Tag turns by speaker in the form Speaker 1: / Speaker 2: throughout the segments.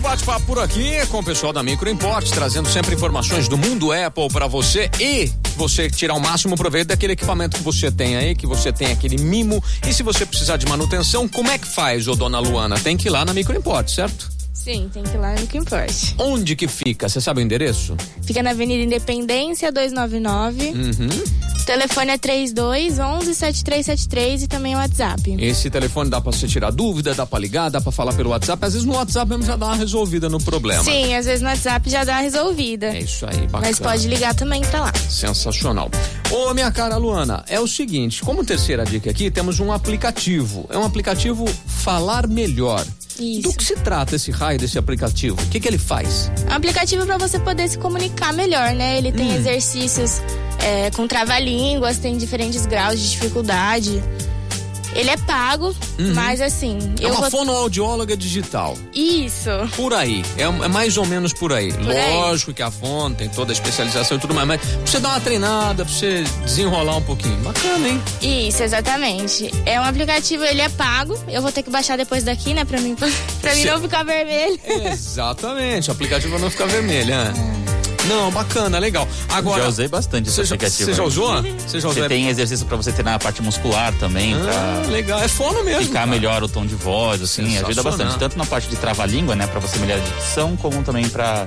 Speaker 1: bate-papo por aqui com o pessoal da Micro Import, trazendo sempre informações do mundo Apple para você e você tirar o máximo proveito daquele equipamento que você tem aí, que você tem aquele mimo. E se você precisar de manutenção, como é que faz, ô dona Luana? Tem que ir lá na Micro Import, certo?
Speaker 2: Sim, tem que ir lá no que importe.
Speaker 1: Onde que fica? Você sabe o endereço?
Speaker 2: Fica na Avenida Independência 299.
Speaker 1: Uhum.
Speaker 2: O telefone é 32 11 7373 e também o WhatsApp.
Speaker 1: Esse telefone dá pra você tirar dúvida, dá pra ligar, dá pra falar pelo WhatsApp. Às vezes no WhatsApp mesmo já dá uma resolvida no problema.
Speaker 2: Sim, às vezes no WhatsApp já dá a resolvida.
Speaker 1: É isso aí, bacana.
Speaker 2: Mas pode ligar também pra lá.
Speaker 1: Sensacional. Ô, minha cara Luana, é o seguinte, como terceira dica aqui, temos um aplicativo. É um aplicativo Falar Melhor.
Speaker 2: Isso.
Speaker 1: Do que se trata esse raio desse aplicativo? O que, que ele faz?
Speaker 2: É um aplicativo pra você poder se comunicar melhor, né? Ele
Speaker 1: Hum.
Speaker 2: tem exercícios é, com trava-línguas, tem diferentes graus de dificuldade. Ele é pago, mas assim.
Speaker 1: É uma
Speaker 2: vou-
Speaker 1: fonoaudióloga digital.
Speaker 2: Isso.
Speaker 1: Por aí. É, é mais ou menos por aí.
Speaker 2: aí.
Speaker 1: Lógico que a fonte tem toda a especialização e tudo mais, mas pra você dar uma treinada, pra você desenrolar um pouquinho. Bacana, hein?
Speaker 2: Isso, exatamente. É um aplicativo, ele é pago. Eu vou ter que baixar depois daqui, né? Pra mim, pra mim
Speaker 1: Sim.
Speaker 2: não ficar vermelho.
Speaker 1: Exatamente. O aplicativo não fica vermelho, né?
Speaker 2: É.
Speaker 1: Não, bacana, legal. Agora.
Speaker 3: já usei bastante esse
Speaker 1: Você já,
Speaker 3: aplicativo.
Speaker 1: você já
Speaker 3: aí.
Speaker 1: usou? Você já usou?
Speaker 3: Você tem exercício pra você treinar a parte muscular também,
Speaker 1: Ah,
Speaker 3: pra
Speaker 1: legal. É fono mesmo.
Speaker 3: ficar
Speaker 1: cara.
Speaker 3: melhor o tom de voz, assim, ajuda
Speaker 1: Sensacional.
Speaker 3: bastante. Tanto na parte de trava-língua, né, pra você melhorar a dicção, como também pra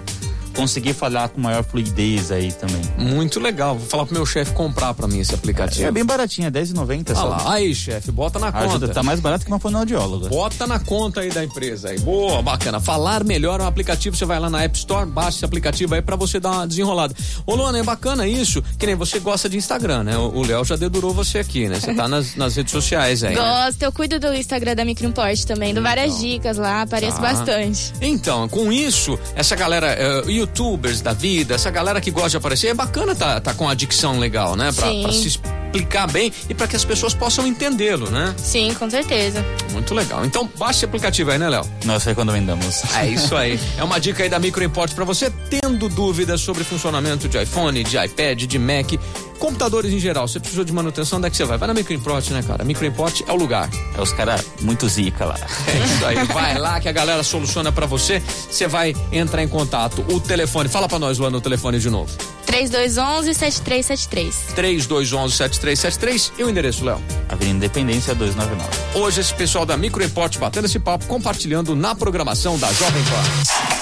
Speaker 3: conseguir falar com maior fluidez aí também.
Speaker 1: Muito legal. Vou falar pro meu chefe comprar pra mim esse aplicativo.
Speaker 3: É bem baratinho, é R$10,90
Speaker 1: Ah
Speaker 3: só.
Speaker 1: lá, aí, chefe, bota na
Speaker 3: Ajuda,
Speaker 1: conta.
Speaker 3: tá mais barato que uma fonoaudióloga.
Speaker 1: Bota na conta aí da empresa aí. Boa, bacana. Falar melhor o aplicativo, você vai lá na App Store, baixa esse aplicativo aí pra você dar uma desenrolada. Ô Luana, é bacana isso, que nem você gosta de Instagram, né? O o Léo já dedurou você aqui, né? Você tá nas, nas redes sociais aí. né?
Speaker 2: Gosto, eu cuido do Instagram da Microimport também, dou várias dicas lá, apareço
Speaker 1: Tá.
Speaker 2: bastante.
Speaker 1: Então, com isso, essa galera, eh, youtubers da vida, essa galera que gosta de aparecer, é bacana tá, tá com a dicção legal, né? Pra,
Speaker 2: Sim.
Speaker 1: pra se explicar bem e pra que as pessoas possam entendê-lo, né?
Speaker 2: Sim, com certeza.
Speaker 1: Muito legal. Então, baixa esse aplicativo aí, né, Léo?
Speaker 3: Nós recomendamos.
Speaker 1: É isso aí. É uma dica aí da Micro Import para você tendo dúvidas sobre funcionamento de iPhone, de iPad, de Mac, computadores em geral. Você precisou de manutenção, onde é que você vai? Vai na Micro Import, né, cara? Micro Import é o lugar.
Speaker 3: É os caras muito zica lá.
Speaker 1: É isso aí. Vai lá que a galera soluciona para você. Você vai entrar em contato. O telefone, fala para nós, Luana, o telefone de novo.
Speaker 2: 3211-7373.
Speaker 1: 3211-7373 e o endereço, Léo.
Speaker 3: Avenida Independência 299.
Speaker 1: Hoje esse pessoal da Micro Import batendo esse papo, compartilhando na programação da Jovem Pan.